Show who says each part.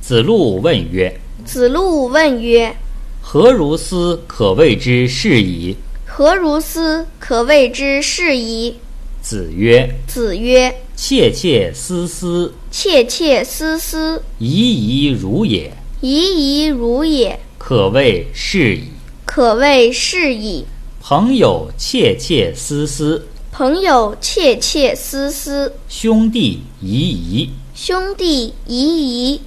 Speaker 1: 子路问曰
Speaker 2: 子路问曰：“
Speaker 1: 何如斯可谓之是矣？”
Speaker 2: 何如斯可谓之是矣？”
Speaker 1: 子曰
Speaker 2: 子曰：“
Speaker 1: 切切斯斯，
Speaker 2: 切切斯斯，
Speaker 1: 已矣如也，
Speaker 2: 已矣如也，
Speaker 1: 可谓是矣。
Speaker 2: 可谓是矣。
Speaker 1: 朋友切切斯斯，
Speaker 2: 朋友切切斯斯，
Speaker 1: 兄弟已矣。”
Speaker 2: 兄弟已矣。